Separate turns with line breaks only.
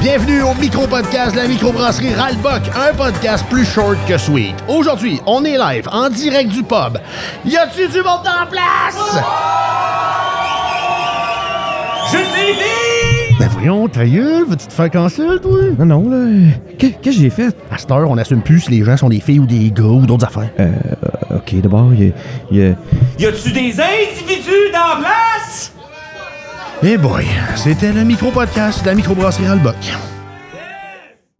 Bienvenue au micro-podcast de la microbrasserie Ralbock, un podcast plus short que sweet. Aujourd'hui, on est live, en direct du pub. Y a-tu du monde en place? Ben voyons, ta gueule, veux-tu te faire cancel, toi?
Non, non, là. Qu'est-ce que j'ai fait?
À cette heure, on assume plus si les gens sont des filles ou des gars ou d'autres affaires.
Ok, d'abord, il y a- il y a.
Y a-tu des individus dans la place?
Eh boy, c'était le micro-podcast de la microbrasserie Ralbock.